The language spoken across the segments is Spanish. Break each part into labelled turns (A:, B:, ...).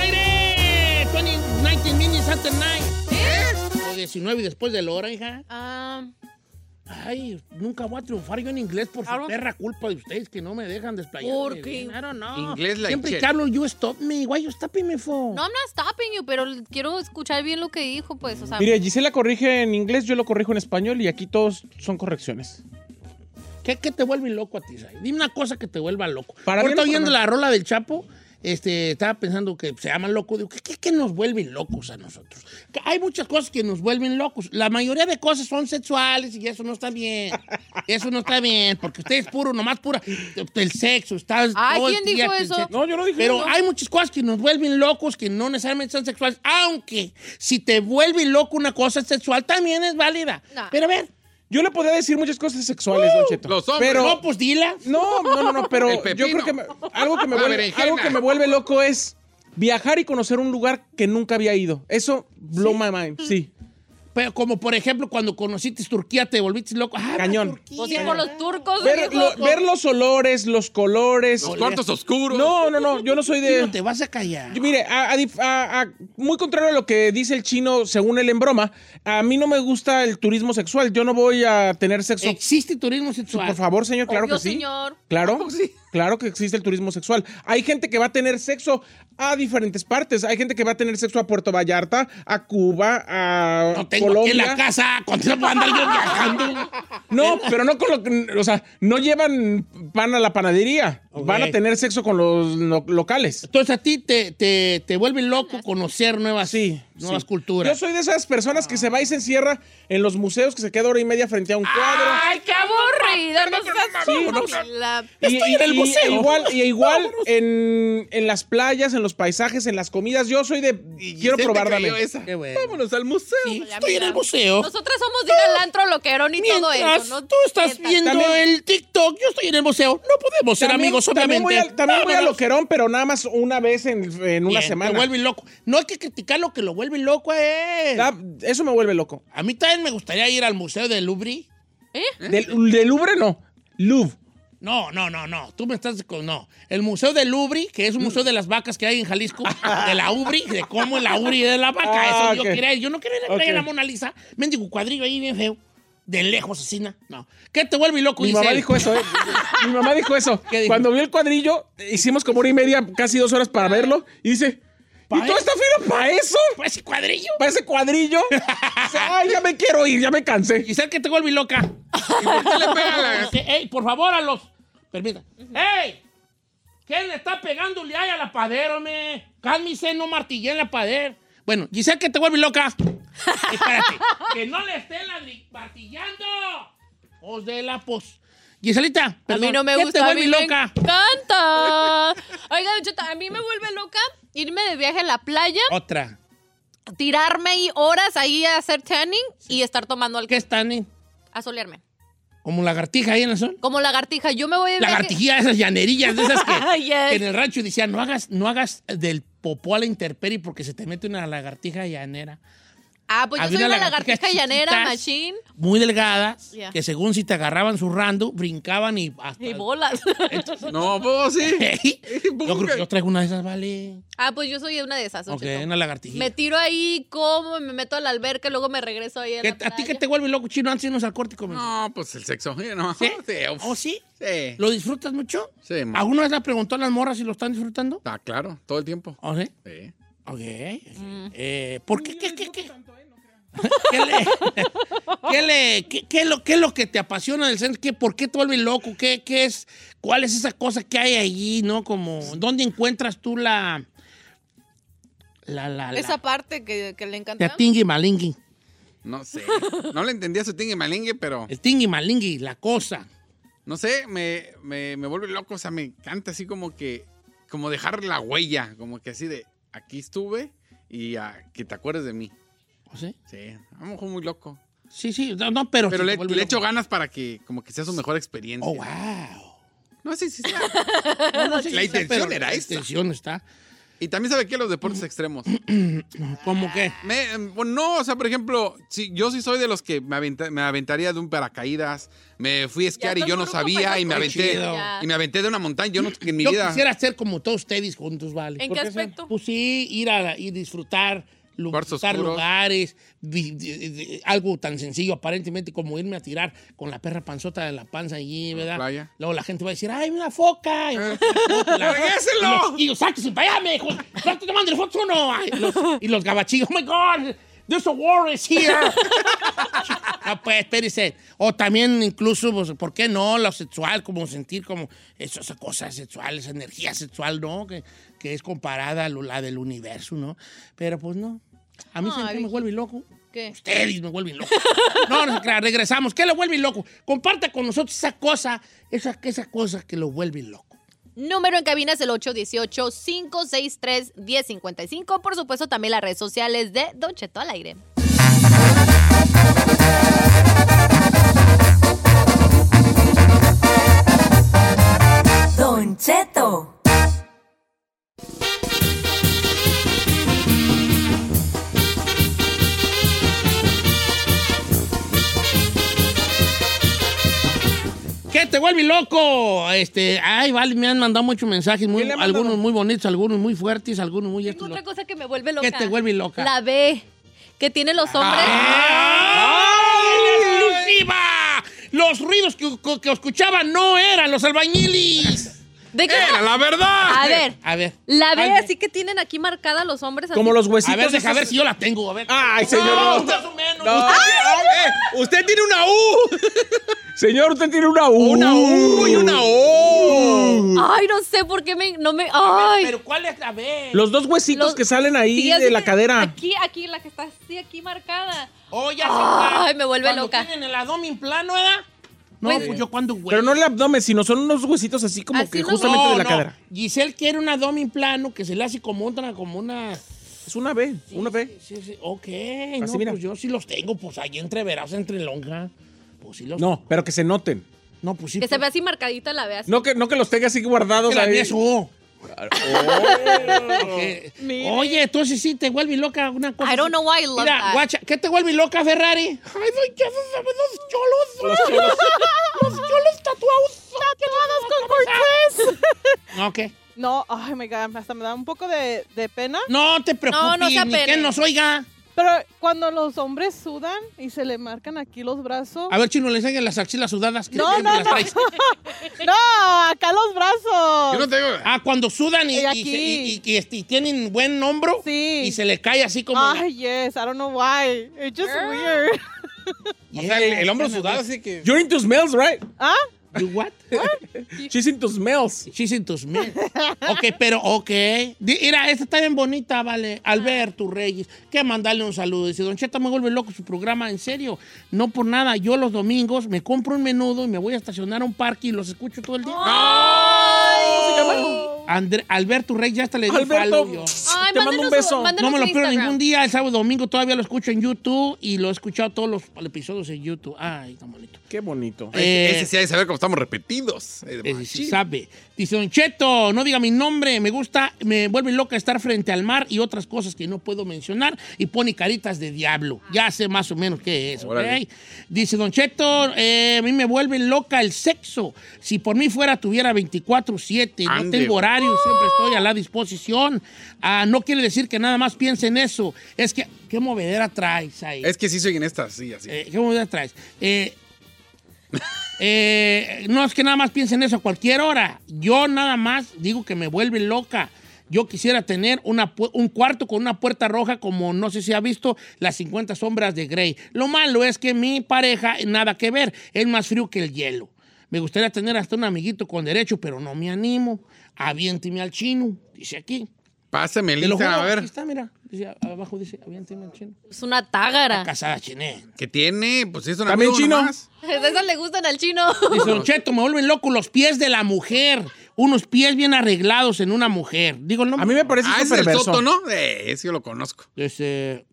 A: aire. 20, 19 minutes after night.
B: ¿Eh?
A: O 19 después de la hora, hija.
B: Um,
A: Ay, nunca voy a triunfar yo en inglés por su
B: Claro.
A: perra culpa de ustedes que no me dejan desplayar.
B: ¿Por qué?
A: I don't know.
C: Inglés like
A: Siempre
C: shit.
A: que hablo, you stop me. Why you stopping me for?
B: no, I'm not stopping you, pero quiero escuchar bien lo que dijo, pues. O sea,
D: Mire, Gisela corrige en inglés, yo lo corrijo en español y aquí todos son correcciones.
A: ¿Qué, qué te vuelve loco a ti, Zay? Dime una cosa que te vuelva loco.
D: Para
A: Ahorita
D: bien o para
A: oyendo la rola del Chapo, este, estaba pensando que se llaman loco. Digo, ¿qué, qué, qué nos vuelve locos a nosotros? Que hay muchas cosas que nos vuelven locos. La mayoría de cosas son sexuales y eso no está bien. Eso no está bien, porque usted es puro, nomás pura. El sexo, está.
B: Ay,
A: todo el
B: ¿quién
A: día
B: dijo
A: con el
B: eso?
A: sexo.
D: No, yo no dije
A: Pero
D: eso.
A: hay muchas cosas que nos vuelven locos que no necesariamente son sexuales. Aunque si te vuelve loco una cosa sexual, también es válida.
B: No.
A: Pero a ver,
D: Yo le podría decir muchas cosas sexuales, Don Cheto.
C: Uh, los hombres.
D: Pero,
A: no, pues dila.
D: no, no, no, no, pero
C: El
D: yo
C: pepino.
D: creo que me- algo, que me
C: La
D: vuelve,
C: berenjena.
D: algo que me vuelve loco es viajar y conocer un lugar que nunca había ido. Eso blow my mind, sí.
A: Pero como por ejemplo cuando conociste Turquía te volviste loco. Ah,
D: Cañón.
A: Turquía.
B: pues, sí, por los turcos.
D: Ver,
B: viejo.
D: lo- ver los olores, los colores.
C: Los cuartos oscuros.
D: No, no, no, yo no soy
A: Sí,
D: de...
A: no te vas a callar.
D: Yo, Mire, a- a dif- a- a- muy contrario a lo que dice el chino, según él en broma, a mí no me gusta el turismo sexual. Yo no voy a tener sexo.
A: Existe turismo sexual.
D: Por favor, señor, claro
B: Obvio,
D: que sí.
B: señor.
D: Claro,
C: poco sí?
D: claro que existe el turismo sexual. Hay gente que va a tener sexo a diferentes partes. Hay gente que va a tener sexo a Puerto Vallarta, a Cuba, a
A: No tengo aquí
D: Colombia.
A: en la casa. ¿Cuánto voy a andar yo viajando?
D: No, pero no con lo, o sea, no llevan pan a la panadería.
A: Ok.
D: Van a tener sexo con los lo- locales.
A: Entonces a ti te, te, te vuelve loco conocer nuevas,
D: Sí,
A: nuevas
D: sí.
A: culturas.
D: Yo soy de esas personas que se va y se encierra en los museos, que se queda hora y media frente a un cuadro.
B: Ay, qué aburrida. No
D: Sí,
B: seas la-
D: Y, e
A: Estoy en el museo.
D: igual, y igual en, en las playas, en los paisajes, en las comidas. Yo soy de.
C: Y
D: quiero
C: se te
D: probar,
C: cayó
D: dame.
C: esa.
A: Qué bueno.
C: Vámonos al museo.
A: Sí,
B: Ya,
A: estoy en
B: mira.
A: el museo.
B: Nosotras somos de ir al antro loquerón y todo
A: Mientras
B: eso. ¿no?
A: tú estás
B: Neta.
A: viendo
D: También-
A: el TikTok, yo estoy en el museo. No podemos ser
D: También-
A: amigos,
D: También
A: obviamente.
D: voy, al- también voy a
A: Vámonos.
D: loquerón, pero nada más una vez en, en una
A: Bien,
D: semana.
A: Te vuelve loco. No hay que criticar lo que lo vuelve loco a él.
D: Da- eso me vuelve loco.
A: A mí también me gustaría ir al museo del Louvre.
C: ¿Eh?
D: Del, del Louvre no. Louvre.
A: No, no, no, no. Tú me estás con. No. El Museo del Louvre, que es un museo de las vacas que hay en Jalisco, de la Ubri, de cómo es la Ubri y de la vaca.
D: Ah,
A: Eso
D: ok.
A: yo quería ir. Yo no quería ir a la playa de la
D: Ok.
A: Mona Lisa. Mendigo cuadrillo ahí bien feo. De lejos, asesina. No. ¿Qué te vuelve loco,
D: Mi mamá
A: Giselle?
D: dijo eso, ¿eh? Mi mamá dijo eso.
A: ¿Qué dijo? Ah.
D: Cuando vio el cuadrillo, hicimos como hora y media, casi dos horas para verlo. Y dice,
A: ¿Pa
D: ¿y
A: eso?
D: toda esta fila para eso?
A: Pues ¿y cuadrillo.
D: ¿Para ese cuadrillo? Dice, Ay, ya me quiero ir, ya me cansé.
A: Giselle, ¿qué te vuelve loca?
C: ¿Y por qué le pega a la-
A: Dice, ¡Ey, por favor, a los. Permita. ¡Ey! ¿Quién le está pegando ahí a la padera, hombre? Cálmese, no martillé en la padera. Bueno, Giselle, que te vuelve loca. Espérate. que no le estén ladri- martillando. Os de la pos. Giselita,
B: A mí
A: perdón,
B: no me
A: ¿qué
B: gusta.
A: te
B: a
A: vuelve
B: mí
A: loca?
B: Me encanta. Oiga, Don Cheto, a mí me vuelve loca irme de viaje a la playa,
A: Otra.
B: tirarme ahí horas ahí a hacer tanning y estar tomando
A: ¿Qué
B: alcohol,
A: están, eh?
B: a solearme.
A: Como lagartija ahí en el sol.
B: Como lagartija, yo me voy de viaje.
A: Lagartijilla, esas llanerillas de esas que,
B: Yes.
A: que en el rancho decían, no hagas, no hagas del popó a la intemperie porque se te mete una lagartija llanera.
B: Ah, pues yo
A: Había
B: soy
A: una
B: una
A: lagartija
B: lagartija llanera,
A: chiquitas.
B: machine.
A: Muy delgadas,
B: Ya.
A: que según si te agarraban zurrando, brincaban y hasta...
B: Y bolas.
C: No, pues sí.
A: yo creo que yo traigo una de esas, vale.
B: ah, pues yo soy una de esas. don
A: Ok,
B: Cheto.
A: una lagartijita.
B: Me tiro ahí, como, me meto a la alberca y luego me regreso ahí. A,
A: ¿Qué-
B: la
A: ¿A ti que
B: playa.
A: te vuelve loco, chino? Antes de irnos al corte comercial.
C: No, pues el sexo. oye, No.
A: ¿Sí?
C: uf.
A: ¿Oh, sí?
C: Sí.
A: ¿Lo disfrutas mucho?
C: Sí, mo-
A: ¿Alguna vez la preguntó a las morras si lo están disfrutando?
C: Ah, claro, todo el tiempo.
D: Oh.
A: ¿O sí?
C: Sí.
A: Ok. Eh, ¿Por qué? ¿Qué, qué, qué? ¿Qué le- qué le- qué- qué es lo, qué es lo que te apasiona del centro? ¿Qué, ¿Por qué te vuelve loco? ¿Qué, qué es, ¿Cuál es esa cosa que hay allí? ¿No? Como, ¿Dónde encuentras tú la... La, la, la-
B: Esa parte que, que le
A: la
B: encanta.
A: tingui malingui?
C: No sé. No le entendía su tingue malingue, pero
A: El tingui malingui, la cosa.
C: no sé, me, me, me vuelve loco. O sea, me encanta así como que, como dejar la huella, como que así de aquí estuve y ah, que te acuerdes de mí.
A: ¿O sí?
C: Sí, a lo mejor muy loco.
A: Sí, sí, no, no, pero...
C: Pero
A: sí te
C: le,
A: vuelve
C: le
A: loco.
C: echo ganas para que como que sea su mejor experiencia.
A: Oh, wow.
C: No sé si sea.
A: No, no sé si
C: La
A: está,
C: intención
A: pero
C: era
A: la
C: esta.
A: intención está.
C: Y también sabe que los deportes extremos.
A: ¿Cómo que?
C: Me- em, bueno, no, o sea, por ejemplo, si, yo sí soy de los que me, aventa- me aventaría de un paracaídas. Me fui a esquiar y
B: todo
C: yo
B: el
C: no
B: grupo
C: sabía
B: para
C: y me
A: Qué
C: aventé.
A: chido.
C: Y me aventé de una montaña. Yo no, en mi
A: Yo
C: vida.
A: quisiera ser como todos ustedes juntos, ¿vale?
B: ¿En
A: ¿Por
B: qué
A: son-
B: aspecto?
A: Pues sí, ir a ir disfrutar, lu-
C: Cuartos
A: visitar
C: oscuros.
A: lugares, vi- de- de- de- algo tan sencillo aparentemente como irme a tirar con la perra panzota de la panza allí, ¿verdad?
C: playa.
A: Luego la gente va a decir, ¡ay, una foca! Y- la-
C: ¡Regréselo!
A: y los- Y los sáquense para allá, mijo. ¡Sáquense, te manden fotos uno! Ay, los- Y los gabachillos, ¡oh my God! There's a war is here. Ah, pues, espérese. O también incluso, pues, ¿por qué no? Lo sexual, como sentir como eso- esa cosa sexual, esa energía sexual, ¿no? Que, que es comparada a lo- la del universo, ¿no? Pero pues no. A mí
B: Ay,
A: siempre me
B: viejito.
A: vuelve loco.
B: ¿Qué?
A: Ustedes me vuelven loco. No, no, claro, regresamos. ¿Qué lo vuelve loco? Comparta con nosotros esa cosa, esa, esa cosa que lo vuelve loco.
B: Número en cabina es el 818-563-1055. Por supuesto, también las redes sociales de Don Cheto al aire.
E: Don Cheto.
A: ¿Qué te vuelve loco? Este, ay, vale, me han mandado muchos mensajes, muy-
D: ¿Quién le ha mandado?
A: algunos muy bonitos, algunos muy fuertes, algunos muy
B: Tengo
A: esto y lo
B: otra
A: otro.
B: cosa que me vuelve loca.
A: ¿Qué te vuelve loca? Ah.
B: La B. Que tienen los hombres.
A: ¡Ay, la exclusiva! Los ruidos que, que- que escuchaban no eran los albañiles.
B: ¿De qué?
C: ¡Era la verdad!
B: A ver.
A: A ver.
B: La B,
A: Ay, pues
B: así que tienen aquí marcada los hombres. así.
D: Como los huesitos.
A: A ver, deja
D: esos-
A: ver si yo la tengo. A ver.
D: Ay, señor.
A: No, más o menos.
D: No.
A: Usted-
D: Eh, usted tiene una U. Señor, usted tiene una U.
C: Una U y una O.
B: Ay, no sé por qué me, no me. Ay.
A: Pero ¿cuál es la B?
D: Los dos huesitos
B: Los-
D: que salen ahí
B: Sí, así
D: de la
B: que
D: cadera.
B: Aquí, aquí, la que está así, aquí marcada.
A: Oh, ya sé
B: Ay,
A: cuál.
B: me vuelve
A: Cuando
B: loca.
A: tienen el abdomen plano, ¿verdad? No,
B: Pues-
A: pues yo cuando, güey.
D: Pero no el abdomen, sino son unos huesitos así como
B: Así
D: que
B: los-
D: justamente
A: No,
D: de la
A: no.
D: cadera.
A: Giselle quiere un abdomen plano que se le hace como una, como una.
D: Es una B, una B.
A: Sí, sí, ok.
D: Así,
A: no,
D: mira.
A: pues yo sí los tengo, pues ahí entreverás entre lonja. Pues sí los
D: No, pero que se noten.
A: No, pues sí.
B: Que
A: pues,
B: se ve así marcadita la B. Así.
D: No que, no que los tenga así guardados
A: que la
D: ahí.
A: mía es U. Oh. Porque- Oye, entonces sí te vuelve loca una cosa.
B: I don't
A: así.
B: know why I love
A: Mira,
B: that.
A: guacha, ¿qué te vuelve loca, Ferrari? Ay, doy ya esos sabes, los cholos. Los cholos. los cholos tatuados. Tatuados con cortés. No, ¿qué?
F: No, ay, my God, hasta me da un poco de, de pena.
A: No te preocupes,
B: no se
A: ni
B: apene.
A: que nos oiga.
F: Pero cuando los hombres sudan y se le marcan aquí los brazos.
A: A ver, Chino, le enseñan las axilas sudadas. que
F: No,
A: siempre
F: no,
A: las
F: no.
A: traes.
F: No, acá los brazos.
C: Yo no tengo.
A: Ah, cuando sudan y,
F: Y
A: y-
F: aquí.
A: y- y- y- este, y tienen buen hombro
F: Sí.
A: y se le cae así como...
F: Ay, yes, I don't know why. It's just weird.
C: O sea, el, el hombro sudado, así que.
D: You're into smells, right?
F: ¿Ah?
A: You what?
D: She's into smells.
A: She's into smell. Ok, pero ok. Di- Mira, esta está bien bonita, vale. Alberto Reyes, que mandarle un saludo. Dice, Don Cheta, me vuelve loco su programa, en serio. No por nada, yo los domingos me compro un menudo y me voy a estacionar a un parque y los escucho todo el día.
B: Ay.
A: Andre- Alberto Reyes, ya hasta le dio
D: Alberto.
A: follow yo.
B: Ay,
D: Te mando un beso.
A: No me lo pierdo
B: pierdo
A: ningún día. El sábado y domingo todavía lo escucho en YouTube y lo he escuchado todos los episodios en YouTube. Ay, tan bonito.
D: Qué bonito.
A: Eh,
C: Ese sí hay que saber cómo estamos repetidos. Eh,
A: Ese sí
C: machín.
A: sabe. Dice Don Cheto, no diga mi nombre, me gusta, me vuelve loca estar frente al mar y otras cosas que no puedo mencionar y pone caritas de diablo. Ya sé más o menos qué es, ¿ok?
C: Órale.
A: Dice Don Cheto, eh, a mí me vuelve loca el sexo. Si por mí fuera, tuviera 24-7. No
C: Ande.
A: tengo horario, siempre estoy a la disposición. Ah, no quiere decir que nada más piense en eso. Es que, ¿qué movedera traes ahí?
C: Es que sí soy en estas, sí, así.
A: Eh, ¿Qué movilidad traes? Eh, eh, no es que nada más piensen eso a cualquier hora. Yo nada más digo que me vuelve loca. Yo quisiera tener una pu- un cuarto con una puerta roja como no sé si ha visto las 50 sombras de Grey. Lo malo es que mi pareja eh, nada que ver, es más frío que el hielo. Me gustaría tener hasta un amiguito con derecho, pero no me animo. Aviénteme al chino, dice aquí.
C: Pásame el
A: Te lo juro,
C: Instagram, a
A: aquí
C: ver.
A: está, mira. Dice, abajo dice, aviénteme al chino.
B: Es una tágara.
A: Casada chiné.
C: ¿Qué tiene? Pues es un
D: También
C: amigo
D: chino.
C: nomás.
B: De esas le gustan al chino.
A: Dice, Don Cheto, me vuelven loco los pies de la mujer. Unos pies bien arreglados en una mujer. Digo, no.
D: A mí me parece
C: Ah, es
D: súper
C: el
D: verso.
C: Soto, ¿no? Eh, ese yo lo conozco.
A: Dice,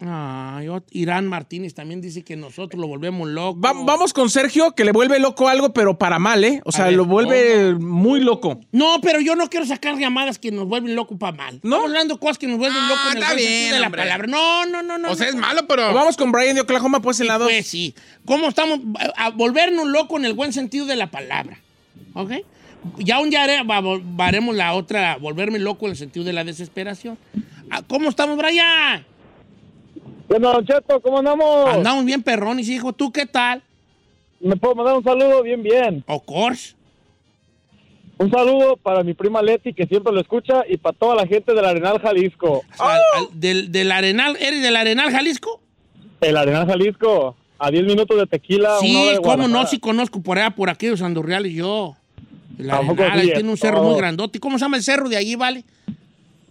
A: ay, ot- Irán Martínez también dice que nosotros lo volvemos loco.
D: Va- vamos con Sergio, que le vuelve loco algo, pero para mal, ¿eh? O sea,
A: ver, Oh,
D: lo vuelve muy loco.
A: No, pero yo no quiero sacar llamadas que nos vuelven loco para mal.
D: ¿No?
A: Estamos hablando cosas que nos vuelven
C: Ah,
A: loco en el
C: está
A: buen sentido
C: bien,
A: de la
C: hombre.
A: palabra. No, no, no, no.
C: O sea, es
A: no.
C: malo, pero.
D: Vamos con Brian de Oklahoma, pues en la dos.
A: Pues sí. ¿Cómo estamos? A a volvernos loco en el buen sentido de la palabra. ¿Ok? Ya un día haré- va- vol- haremos la otra, volverme loco en el sentido de la desesperación. Ah, ¿Cómo estamos, Brian?
E: Bueno, Don Cheto, ¿cómo andamos?
A: Andamos bien perrones, hijo. ¿Tú qué tal?
E: ¿Me puedo mandar un saludo? Bien, bien.
A: Of course.
E: Un saludo para mi prima Leti, que siempre lo escucha, y para toda la gente del Arenal Jalisco.
A: O sea,
E: Oh.
A: al- del, del Arenal, ¿eres del Arenal Jalisco?
E: El Arenal Jalisco, a 10 minutos de tequila, una hora
A: Sí,
E: Ah, de
A: cómo no,
E: Guadalajara.
A: si conozco por allá, por aquellos andorreales yo. El
E: Tampoco oh.
A: Arenal, ahí
E: sí,
A: tiene un
E: es
A: cerro
E: todo.
A: muy grandote. ¿Cómo se llama el cerro de allí, vale?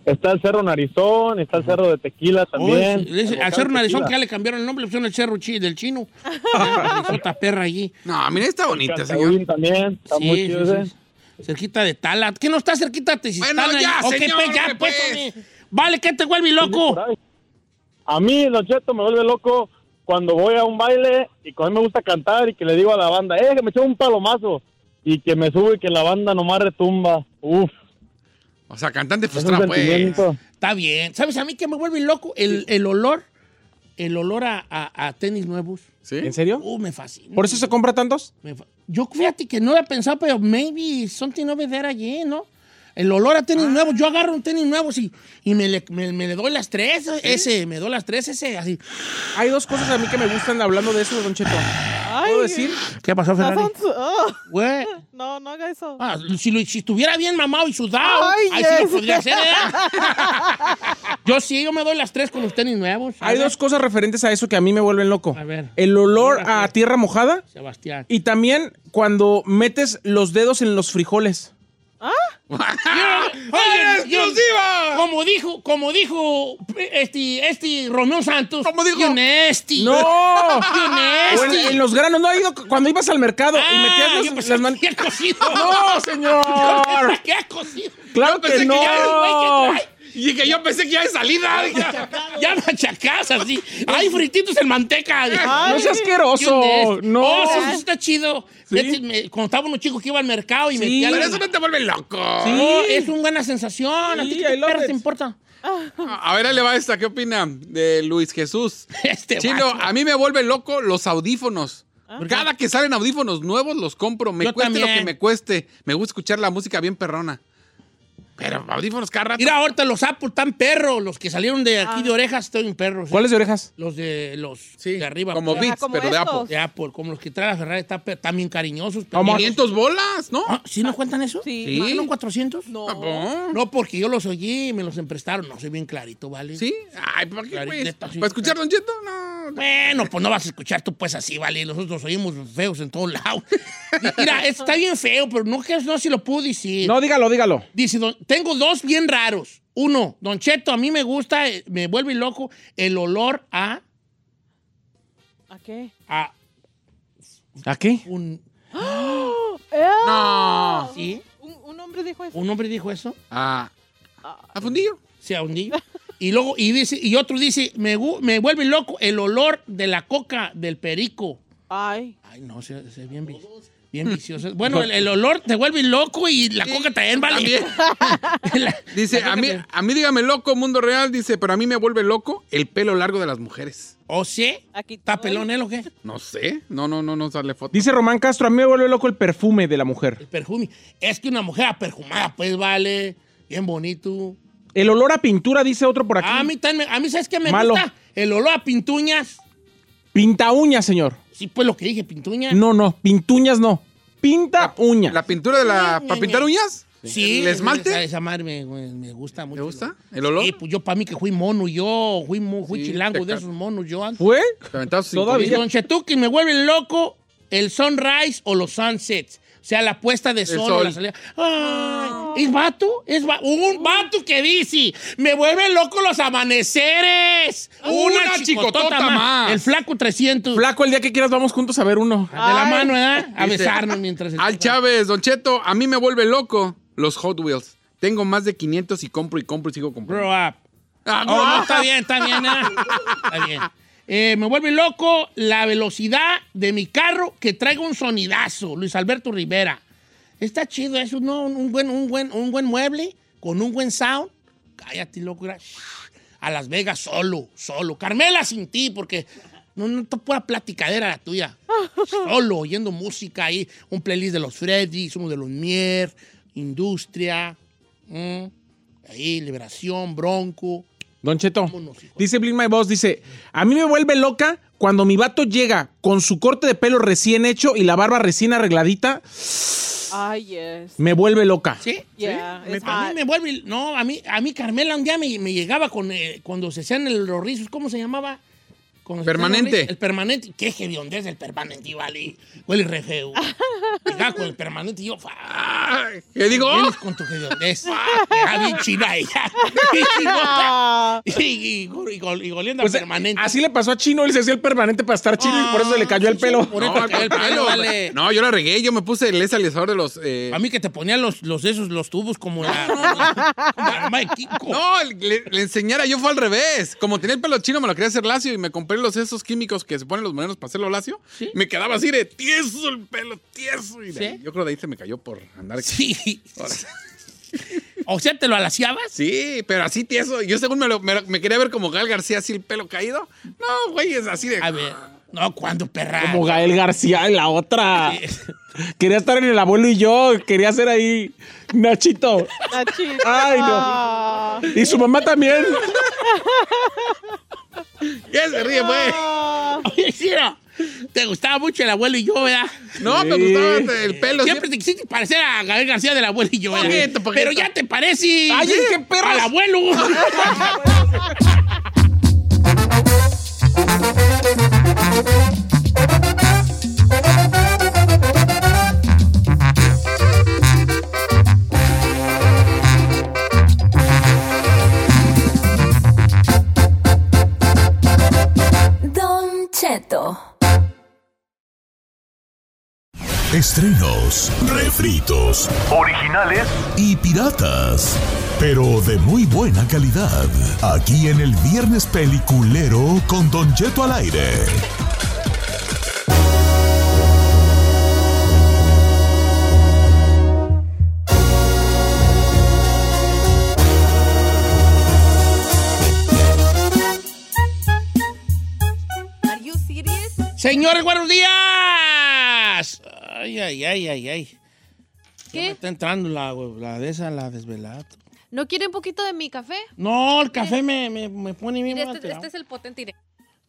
E: Está el Cerro Narizón, está el Cerro de Tequila también.
A: Oye, le dice-
E: El
A: al cerro
E: volcán de
A: Narizón que ya
E: Tequila.
A: le cambiaron el nombre, le pusieron el cerro chi- del chino. Narizota perra allí.
C: No, mira, está bonita, señor.
E: Cantahuín también, está
A: Sí,
E: muy
A: sí,
E: chido ¿eh? ese.
A: sí. Cerquita de Tala. ¿Qué no está cerquita de Tizistán?
C: Bueno, ya,
A: ahí? Ok,
C: señor,
A: pues, ya,
C: hombre,
A: pues,
C: pues.
A: hombre. Vale, ¿qué te vuelve loco?
E: Por ahí. A mí, Don Cheto, me vuelve loco cuando voy a un baile y cuando me gusta cantar y que le digo a la banda, eh, que me echó un palomazo. Y que me sube y que la banda nomás retumba. Uf,
C: O sea, cantante
E: es un
C: frustrado, pues.
E: sentimiento.
A: Está bien. ¿Sabes a mí qué me vuelve loco? El, el olor. El olor a, a- a tenis nuevos.
C: ¿Sí?
D: ¿En serio?
A: Uh, me fascina.
D: ¿Por eso se compra tantos?
A: Me fa- Yo fíjate que no había pensado, pero maybe something over there allí, ¿no? El olor a
C: Ah.
A: tenis nuevos. Yo agarro un tenis nuevo y, y me, le, me- me le doy las tres. Ese, me doy las tres, ese, así.
D: Hay dos cosas a mí que me gustan hablando de eso, Don Cheto.
F: Ay,
D: ¿Puedo decir?
A: ¿Qué pasó,
F: estás
A: Ferrari?
F: on su- oh,
A: Güey.
F: No, no haga eso.
A: Ah, si, lo- si estuviera bien mamado y sudado,
F: Ay,
A: ahí sí lo
F: yes.
A: podría hacer, ¿verdad? yo sí, yo me doy las tres con los tenis nuevos. A
D: Hay
A: ver,
D: dos cosas referentes a eso que a mí me vuelven loco.
A: A ver.
D: El olor a tierra mojada
A: Sebastián.
D: y también cuando metes los dedos en los frijoles.
A: Oigan, yo-
C: exclusiva!
A: Como dijo, como dijo este, este Romeo Santos.
C: ¿Cómo dijo?
A: "Y un este".
D: ¡No!
A: Y un
D: O en,
A: este.
D: en los granos, no ha ido cuando ibas al mercado y
A: Ah, yo
D: metías los-
A: pensé
D: las manos.
A: que había cocido.
D: ¡No, señor!
A: ¿Qué has cocido?
D: ¡Claro
C: pensé
D: que
C: que
D: no!
A: ya el güey
C: Y que yo pensé que ya de salida.
A: Ya machacás así. Hay frititos en manteca.
D: ¡No
A: Y
D: seas
A: un
D: asqueroso!
A: este.
D: ¡No!
A: Oh, sí, sí está chido.
D: Sí.
A: Este, me- cuando estaba unos chicos que iba al mercado y
D: Sí.
A: metía
C: Pero
A: las-
C: eso no te vuelve loco.
D: Sí.
A: No, es una buena sensación. ¿A ti
D: Sí,
A: qué
D: I love
A: perras
D: it.
A: te importa?
C: A ver, ahí le va esta. ¿Qué opina de Luis Jesús?
A: Este
C: Chino,
A: vato.
C: a mí me vuelven loco los audífonos. Cada que salen audífonos nuevos los compro. Me
A: Ah. Yo
C: cueste lo
A: también.
C: que me cueste. Me gusta escuchar la música bien perrona. Pero audífonos cada rato.
A: Mira, ahorita los Apple están perros. Los que salieron de aquí de
F: Ah.
A: orejas están en perros. ¿eh?
D: ¿Cuáles de orejas?
A: Los de los
C: Sí,
A: de arriba.
C: como
A: pues,
C: Beats,
F: como
C: pero de
F: estos.
C: Apple.
A: de Apple, como los que trae la Ferrari, está per- también cariñosos. pero-
D: Vamos.
C: 500 bolas, ¿no?
A: Ah, ¿Sí nos cuentan eso?
F: Sí.
C: Sí.
A: ¿No 400?
C: Ah,
F: No.
C: bon.
A: No, porque yo los oí y me los emprestaron. No, soy bien clarito, ¿vale?
C: ¿Sí? Ay, ¿para qué,
A: Clarín,
C: pues?
A: neta, sí.
C: ¿Para escuchar Don Cheto? No.
A: Bueno, pues no vas a escuchar tú pues así, ¿vale? Nosotros oímos feos en todos lados. Mira, está bien feo, pero no, que- no si lo puedo decir.
D: No, dígalo, dígalo.
A: Dice, don- tengo dos bien raros. Uno, Don Cheto, a mí me gusta, eh, me vuelve loco el olor a,
F: ¿A qué?
A: a
D: ¿A qué?
A: un...
F: Eh,
C: No.
A: ¿Sí?
F: un, un hombre dijo eso.
A: ¿Un hombre dijo eso?
C: Ah, ¿A fundillo?
A: se hundí. Y luego, y dice, y otro dice, me, gu- me vuelve loco el olor de la coca del perico.
F: Ay.
A: Ay, no, se, se bien, vi- bien vicioso. Bueno, el, el olor te vuelve loco y la coca también vale.
C: También.
A: La-
C: Dice,
A: la
C: a
A: coca
C: mí,
A: te-
C: a mí dígame loco, mundo real, dice, pero a mí me vuelve loco el pelo largo de las mujeres.
A: ¿O ¿Oh, sí?
F: Aquí
A: ¿Está
F: estoy.
A: pelón él o qué?
C: No sé, no, no, no, no sale foto.
D: Dice Román Castro, a mí me vuelve loco el perfume de la mujer.
A: El perfume. Es que una mujer perjumada, pues vale. Bien bonito. Ah,
D: El olor a pintura, dice otro por aquí.
A: A mí, también, a mí, ¿sabes qué me
D: Malo.
A: gusta? El olor a pintuñas.
D: Pinta uñas, señor.
A: Sí, pues lo que dije, pintuñas.
D: No, no, pintuñas no. Pinta uñas.
C: ¿La pintura de la... ¿Para pintar uñas?
A: Sí.
C: ¿El
A: Esa,
C: esmalte?
A: esa madre me, me gusta mucho.
C: ¿Te gusta? ¿El olor?
A: Sí, pues yo para mí que fui mono, yo fui, mo- fui
C: Sí,
A: chilango
C: te
A: de
C: ca-
A: esos monos, yo antes.
D: ¿Fue?
C: ¿Te aventabas cinco
D: Todavía.
C: mil?
A: Don Chetuki, me vuelve loco el sunrise o los sunsets. O sea, la puesta de sol, o
C: sol.
A: la salida. Ay, ¿Es vato? Es va- un vato que dice, me vuelve loco los amaneceres.
C: Una chicotota más.
A: El flaco 300.
D: Flaco, el día que quieras vamos juntos a ver uno.
A: de la mano, ¿verdad? A
C: Dice,
A: besarnos mientras... el-
C: Al Chávez, Don Cheto, a mí me vuelve loco los Hot Wheels. Tengo más de 500 y compro y compro y sigo comprando.
A: Grow up. Oh,
C: Ah,
A: no,
C: no.
A: está bien, está bien. ¿eh? Está bien. Eh, me vuelve loco la velocidad de mi carro que traiga un sonidazo, Luis Alberto Rivera. Está chido eso, ¿no? Un, un buen, un, buen, un buen mueble con un buen sound. Cállate, loco. era- A Las Vegas solo, solo. Carmela sin ti, porque no, no te pura platicadera la tuya. Solo, oyendo música ahí. Un playlist de los Freddy's, uno de los Mier, Industria. mm, Ahí, Liberación, Bronco.
D: Don Cheto.
A: Vámonos, hijo.
D: Dice Blink My Boss, dice, a mí me vuelve loca cuando mi vato llega con su corte de pelo recién hecho y la barba recién arregladita,
F: Ay, yes.
D: me vuelve loca.
A: ¿Sí?
F: Yeah, it's
A: A mí
F: hot.
A: me vuelve. No, a mí, a mí Carmela un día me, me llegaba con eh, cuando se hacían el- los rizos, ¿cómo se llamaba? Cuando se hacían los
C: Permanente.
A: rizos, El permanente. Qué hediondez el permanente, vale. Huele re feo. Llegaba con el permanente y yo. fa-
C: Ay, ¿Qué digo?
A: Vienes con tu hediondez. Llegaba bien china ella. bien chinota.
F: Ah,
A: Y, y, y gol- y goliendo
C: eh,
D: Pues,
A: al permanente. Ah,
D: Así le pasó a Chino, él se hacía el permanente para estar chino y por eso le cayó el
A: sí,
D: pelo.
A: sí, por eso
C: No,
A: te cayó el pelo, vale.
C: No, yo la regué, yo me puse el desalzador de los... eh,
A: A mí que te ponían los, los esos, los tubos como la, como la mamá de Kiko.
C: No, el- le, le enseñara, yo fue al revés. Como tenía el pelo chino, me lo quería hacer lacio y me compré los esos químicos que se ponen los morenos para hacerlo lacio. Me quedaba así de tieso el pelo, tieso. Y de
A: ¿Sí?
C: ahí- yo creo que de ahí se me cayó por andar. Sí,
A: Sí. o sea, ¿te lo alaciabas?
C: pero así tieso. Yo según me, lo- me lo- me quería ver como Gal García, así el pelo caído. No, güey, es así de...
A: A ver. No, cuando perra?
D: Como Gael García y la otra. Quería estar en el abuelo y yo, quería ser ahí Nachito.
F: la chica.
D: Ay, no.
F: Ah.
D: Y su mamá también.
C: ¿Qué se ríe, güey?
F: Ah.
A: Oye, Ciro, te gustaba mucho el abuelo y yo, ¿verdad?
C: No, me
D: Sí.
C: gustaba el pelo.
A: Siempre te quisiste parecer a Gabriel García del abuelo y yo, ¿verdad?
C: Poquito, poquito.
A: Pero ya te pareces.
D: Ay, qué perros.
A: Al abuelo.
G: Don Cheto.
H: Estrenos, refritos, originales y piratas, pero de muy buena calidad. Aquí en el Viernes Peliculero con Don Jeto al aire.
A: Señores, buenos días. Ay, ay, ay, ay, ay. Ya me
B: ¿Qué?
A: Está entrando la, la de esa, la desvelada.
B: ¿No quiere un poquito de mi café?
A: No, el café me, me, me pone bien
B: Mire, este,
A: alterado.
B: este es el potente. mire.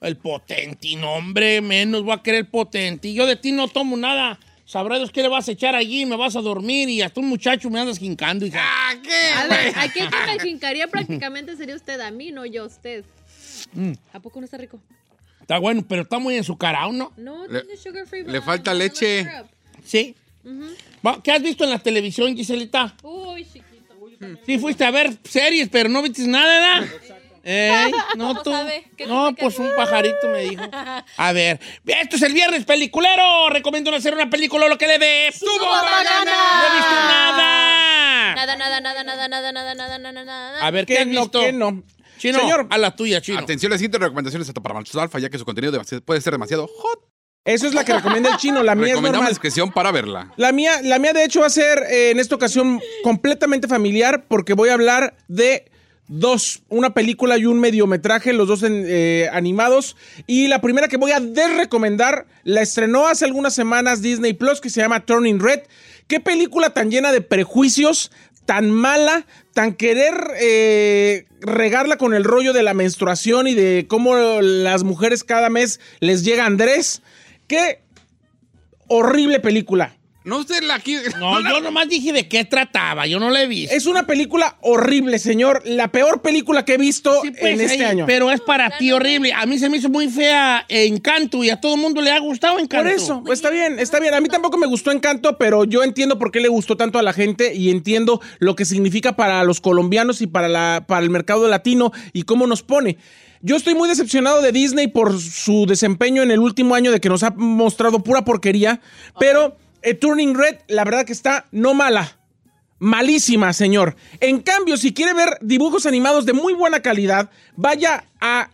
A: El potenti, no, hombre, menos voy a querer el potenti. Yo de ti no tomo nada. Sabrá Dios qué le vas a echar allí, me vas a dormir y hasta un muchacho me andas jincando, hija.
C: Ah, ¿qué?
B: A
C: güey?
B: ver, aquí el que me chincaría prácticamente sería usted a mí, no yo a usted.
D: Mm.
B: ¿A poco no está rico?
A: Está bueno, pero está muy enzucarado, ¿no?
B: No,
C: Le-
B: tiene sugar free.
C: le falta leche.
A: Sí. Va, ¿Qué has visto en la televisión, Giselita?
B: Uy, chiquito.
D: Mm.
A: Sí, fuiste a ver series, pero no viste nada, ¿verdad? Ey, no,
B: ¿Cómo
A: tú.
B: sabe? ¿Qué
A: No,
B: te
A: pues un pajarito me dijo. A ver, esto es el viernes peliculero. Recomiendo no hacer una película lo que le dé. ¡Subo
B: banana!
A: No he visto nada.
B: Nada, nada, nada, nada, nada, nada, nada, nada, nada.
A: A ver, ¿qué,
D: ¿Qué
A: has
D: no,
A: visto?
D: qué no?
A: Chino,
D: Señor.
A: a la tuya, Chino.
C: Atención, las siguientes recomendaciones hasta para machos alfa, ya que su contenido demasi- puede ser demasiado hot.
D: Eso es la que recomienda el chino, la mía es
C: Recomendamos
D: normal.
C: discreción para verla.
D: La mía, la mía, de hecho, va a ser eh, en esta ocasión completamente familiar porque voy a hablar de dos, una película y un mediometraje, los dos en- eh, animados. Y la primera que voy a desrecomendar la estrenó hace algunas semanas Disney Plus que se llama Turning Red. Qué película tan llena de prejuicios, tan mala, tan querer eh, regarla con el rollo de la menstruación y de cómo las mujeres cada mes les llega Andrés. Qué horrible película.
C: No usted la aquí.
A: No, yo nomás dije de qué trataba, yo no la he visto.
D: Es una película horrible, señor. La peor película que he visto
A: Sí, pues,
D: en este
A: ahí,
D: año.
A: Pero es para ti horrible. A mí se me hizo muy fea eh, Encanto y a todo el mundo le ha gustado Encanto.
D: Por eso, pues, está bien, está bien. A mí tampoco me gustó Encanto, pero yo entiendo por qué le gustó tanto a la gente y entiendo lo que significa para los colombianos y para, la, para el mercado latino y cómo nos pone. Yo estoy muy decepcionado de Disney por su desempeño en el último año de que nos ha mostrado pura porquería, pero eh, Turning Red, la verdad que está no mala. Malísima, señor. En cambio, si quiere ver dibujos animados de muy buena calidad, vaya a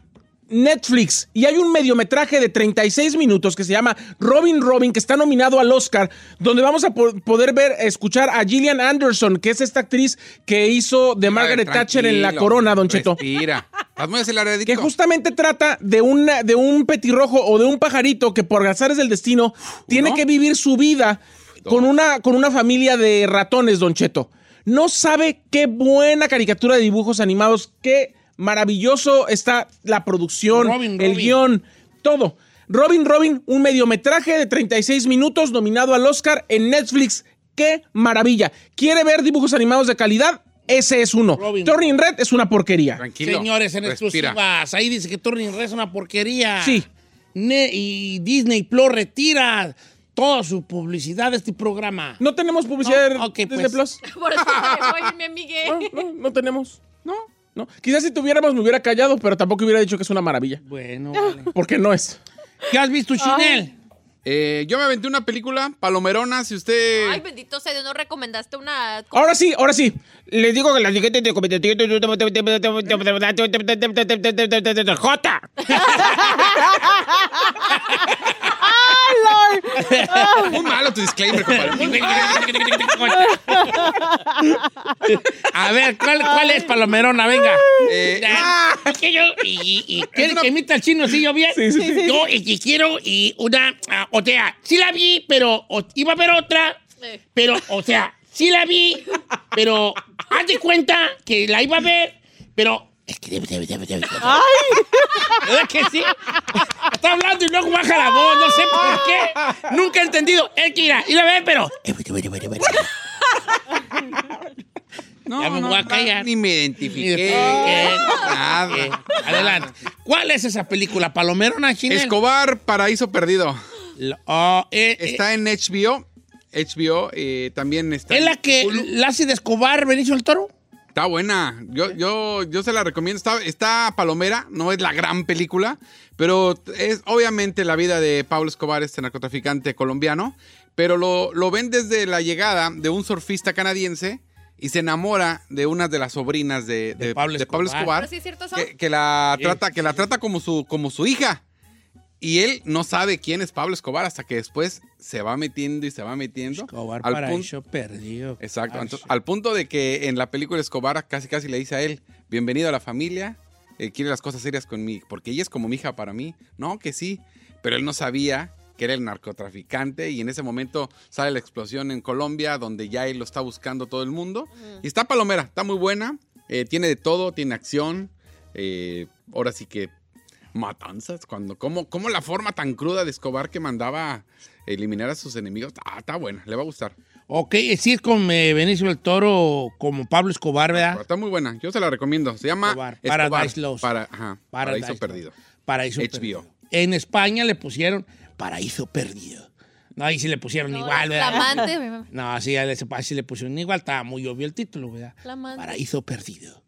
D: Netflix y hay un mediometraje de 36 minutos que se llama Robin Robin, que está nominado al Oscar, donde vamos a po- poder ver, escuchar a Gillian Anderson, que es esta actriz que hizo de Margaret Thatcher en La
C: Tranquilo,
D: Corona, Don Cheto.
C: Respira. Estás muy aceleradito.
D: Que justamente trata de, una, de un petirrojo o de un pajarito que por azares del destino tiene que vivir su vida con una, con una familia de ratones, Don Cheto. No sabe qué buena caricatura de dibujos animados, qué maravilloso está la producción,
A: Robin,
D: el
A: Robin.
D: guión, todo. Robin Robin, un mediometraje de 36 minutos nominado al Oscar en Netflix. ¡Qué maravilla! ¿Quiere ver dibujos animados de calidad? Ese es uno.
A: Robin.
D: Turning Red es una porquería.
C: Tranquilo.
A: Señores, en
C: Respira.
A: exclusivas. Ahí dice que Turning Red es una porquería.
D: Sí.
A: Ne- y Disney Plus retira toda su publicidad de este programa.
D: No tenemos publicidad
A: No, ok,
D: de Disney
A: pues.
D: Plus.
B: Por eso me voy, mi
D: No,
B: amigue.
D: no, no tenemos. No, no. Quizás si tuviéramos me hubiera callado, pero tampoco hubiera dicho que es una maravilla.
A: Bueno, vale.
D: Porque no es.
A: ¿qué has visto, Chinel?
C: Eh, yo me aventé una película, Palomerona, si usted.
B: Ay, bendito sea Dios, no recomendaste una.
D: Ahora sí, ahora sí. Les digo que la siguiente te J.
F: ¡Ay, Lord!
C: Muy malo tu disclaimer, compadre. Muy malo.
A: A ver, ¿cuál, cuál es Palomerona? Venga.
C: Eh,
A: Ah, es que yo. Y, y- y- ¿Quieres que imita al chino así yo bien?
D: Sí, sí, sí.
A: Yo y, y quiero y una. ah, o sea, sí la vi, pero o- iba a ver otra.
B: Eh.
A: Pero, o sea, sí la vi, pero haz de cuenta que la iba a ver, pero. Es que debe, debe, debe, debe. debe. ¿Verdad que sí? Está hablando y luego baja la voz, no sé por qué. Nunca he entendido. Él que irá, y la ve, pero. Eh,
C: no,
A: Ya me
C: no,
A: voy a callar.
C: Ni me
A: Eh,
C: identifiqué.
A: eh,
C: nada.
A: eh, Adelante. ¿Cuál es esa película? ¿Palomerona, Chinel?
C: Escobar, Paraíso Perdido.
A: La- ah, eh, eh,
C: Está en HBO. HBO eh, también está.
A: ¿Es
C: en
A: la que
C: Hulu.
A: la hace de Escobar Benicio del Toro?
C: Está buena.
A: eh.
C: Yo, yo, yo se la recomiendo. Está, está Palomera, no es la gran película, pero es obviamente la vida de Pablo Escobar, este narcotraficante colombiano. Pero lo, lo ven desde la llegada de un surfista canadiense y se enamora de una de las sobrinas de, de- de Pablo, Escobar.
B: Pero
A: ¿Ah?
B: sí es cierto eso.
C: que, que la
A: Sí.
C: trata, que la trata como su, como su hija. Y él no sabe quién es Pablo Escobar hasta que después se va metiendo y se va metiendo.
A: Escobar
C: al
A: para
C: punto-
A: eso perdido.
C: Exacto.
A: Ay,
C: Entonces,
A: sí.
C: al punto de que en la película Escobar casi casi le dice a él, bienvenido a la familia, eh, quiere las cosas serias conmigo, porque ella es como mi hija para mí. No, que sí, pero él no sabía que era el narcotraficante y en ese momento sale la explosión en Colombia, donde ya él lo está buscando todo el mundo. Y está Palomera, está muy buena, eh, tiene de todo, tiene acción, eh, ahora sí que matanzas, cuando, ¿cómo, cómo la forma tan cruda de Escobar que mandaba a eliminar a sus enemigos, ah, está buena, le va a gustar.
A: Ok, sí es con eh, Benicio del Toro, como Pablo Escobar,
C: Pero
A: ¿verdad?
C: Está muy buena. Yo se la recomiendo. Se llama
A: Escobar,
C: Escobar.
A: Paradise Lost.
C: Para, ajá, Paraíso
A: Paradise
C: Perdido.
A: Lost. Paraíso
C: HBO.
A: Perdido. En España le pusieron Paraíso Perdido. No, ahí sí le pusieron
B: No,
A: igual,
B: la
A: ¿verdad?
B: amante, mi mamá.
A: No, sí, ahí sí- ahí sí le pusieron igual. Estaba muy obvio el título, ¿verdad?
B: La amante.
A: Paraíso Perdido.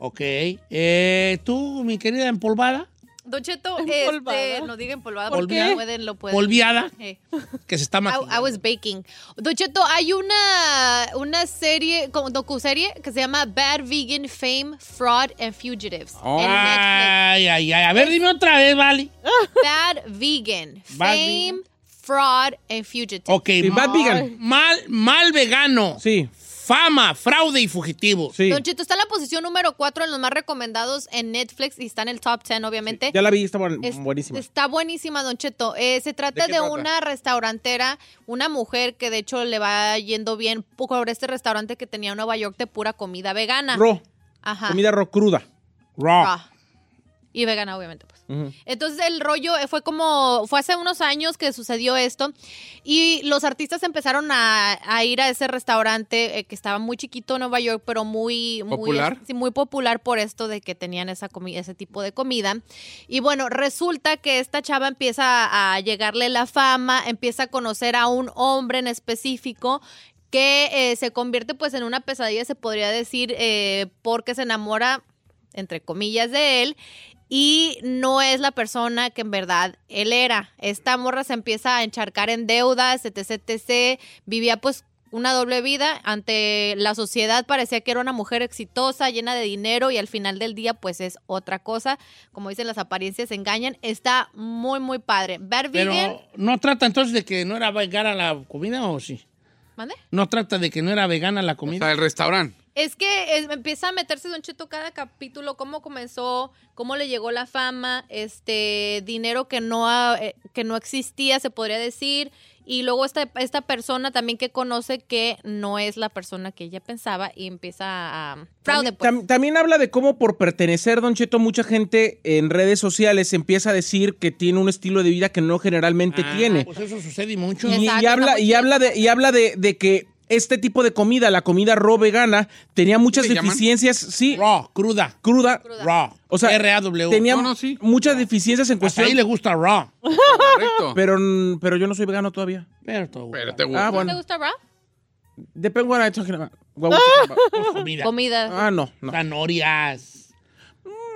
A: ok. eh, ¿Tú, mi querida empolvada?
B: Don Cheto,
F: Empolvada.
B: este, no digan polvada
F: ¿Por
B: porque
A: qué?
B: lo pueden, lo pueden.
A: ¿Polviada?
B: Eh,
A: Que se está
B: I, I
A: maquillando.
B: was baking. Don Cheto, hay una, una serie, como docuserie, que se llama Bad Vegan Fame, Fraud and Fugitives.
A: Oh.
B: en Netflix.
A: Ay, ay, ay. A ver, dime otra vez, Vali.
B: Bad Vegan,
A: Bad
B: Fame, Fraud and Fugitives.
A: Ok,
D: Sí, Bad Vegan.
A: mal, mal vegano.
D: Sí,
A: Fama, fraude y fugitivo.
D: sí.
B: Don Cheto está en la posición número 4 en los más recomendados en Netflix y está en el top 10, obviamente.
D: Ya la vi, está buen-
B: Es-
D: buenísima.
B: Está buenísima, Don Cheto. Eh, se trata
C: qué
B: de,
C: trata?
B: una restaurantera, una mujer que de hecho le va yendo bien poco ahora este restaurante que tenía en Nueva York de pura comida vegana.
D: Ro,
B: Ajá.
D: comida ro cruda.
A: Raw.
B: Raw. Y vegana, obviamente, pues. Entonces el rollo eh, fue como, fue hace unos años que sucedió esto y los artistas empezaron a, a ir a ese restaurante eh, que estaba muy chiquito en Nueva York, pero muy, muy,
C: ¿Popular?
B: sí, muy popular por esto de que tenían esa comi- ese tipo de comida. Y bueno, resulta que esta chava empieza a llegarle la fama, empieza a conocer a un hombre en específico que eh, se convierte pues en una pesadilla, se podría decir, eh, porque se enamora, entre comillas, de él y no es la persona que en verdad él era. Esta morra se empieza a encharcar en deudas, etc, etc. Vivía pues una doble vida ante la sociedad, parecía que era una mujer exitosa, llena de dinero y al final del día pues es otra cosa. Como dicen, las apariencias engañan. Está muy, muy padre. Ver Vegan,
A: Pero, ¿no trata entonces de que no era vegana la comida o sí?
B: ¿mande?
A: ¿No trata de que no era vegana la
C: O
A: comida?
C: sea, el restaurante.
B: Es que es- empieza a meterse Don Cheto cada capítulo, cómo comenzó, cómo le llegó la fama, este dinero que no, ha- eh, que no existía, se podría decir. Y luego esta, esta persona también que conoce que no es la persona que ella pensaba y empieza a... Fraude, pues.
D: Tam- también habla de cómo por pertenecer, Don Cheto, mucha gente en redes sociales empieza a decir que tiene un estilo de vida que no generalmente
A: Ah,
D: tiene.
A: Pues eso sucede mucho.
D: Y, y
B: Exacto,
D: habla,
B: está muy
D: y habla, de, y habla de, de que este tipo de comida, la comida raw vegana, tenía muchas
C: ¿Le llaman?
D: deficiencias, sí,
A: Raw, cruda.
D: cruda.
B: Cruda.
A: Raw.
D: O sea,
A: R-A-W.
D: tenía
C: No, no, sí.
D: muchas deficiencias en
A: Hasta ahí
D: cuestión.
A: le gusta raw.
C: Correcto.
D: Pero, mm, pero yo no soy vegano todavía.
A: Pero todo.
C: Pero te gusta.
D: Ah,
B: ¿Te
D: bueno.
B: gusta, bro?
D: Depende what I'm talking about. What we're talking about.
A: Comida.
B: Comida.
D: Ah, no, no.
A: Zanorias.